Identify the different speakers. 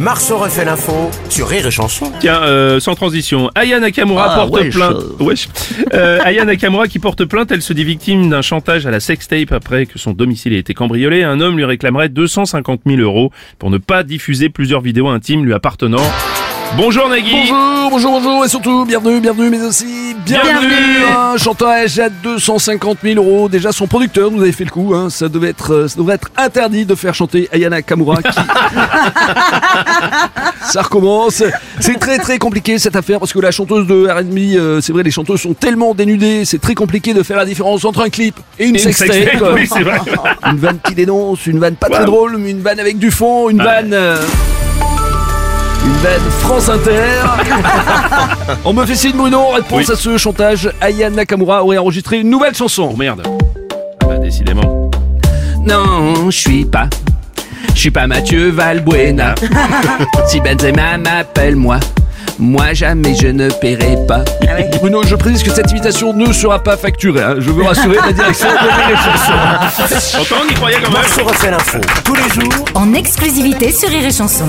Speaker 1: Marceau refait l'info sur Rire et Chanson.
Speaker 2: Tiens, euh, sans transition, Aya Nakamura
Speaker 3: Ah,
Speaker 2: porte
Speaker 3: wesh.
Speaker 2: plainte. Wesh. Euh, Aya Nakamura qui porte plainte, elle se dit victime d'un chantage à la sextape après que son domicile ait été cambriolé. Un homme lui réclamerait 250 000 euros pour ne pas diffuser plusieurs vidéos intimes lui appartenant. Bonjour Nagui
Speaker 4: Bonjour, bonjour, bonjour, et surtout, bienvenue, bienvenue, mais aussi bienvenue,
Speaker 2: Bienvenue.
Speaker 4: à un chantage à 250 000 euros. Déjà, son producteur nous avait fait le coup, hein. ça, devait être, euh, ça devrait être interdit de faire chanter Ayana Kamura. Qui... ça recommence. C'est très, très compliqué cette affaire parce que la chanteuse de RB, euh, c'est vrai, les chanteuses sont tellement dénudées, c'est très compliqué de faire la différence entre un clip et une,
Speaker 2: Une
Speaker 4: sextape.
Speaker 2: sextape, oui, c'est vrai.
Speaker 4: une vanne qui dénonce, une vanne pas très
Speaker 2: Ouais.
Speaker 4: drôle, mais une vanne avec du fond, une vanne. euh, Une vanne France Inter. On me fait signe Bruno en réponse
Speaker 2: Oui.
Speaker 4: à ce chantage. Aya Nakamura aurait enregistré une nouvelle chanson.
Speaker 2: Oh merde. Ah bah, décidément.
Speaker 3: Non, je suis pas. Je suis pas Mathieu Valbuena. si Benzema m'appelle moi, moi jamais je ne paierai pas.
Speaker 4: Ah Bruno, je précise que cette imitation ne sera pas facturée. hein. Je veux rassurer la direction de Rire et Chanson.
Speaker 2: Encore, on y croyait quand même.
Speaker 1: Marceau refait l'info tous les jours
Speaker 5: en exclusivité sur Rire et Chanson.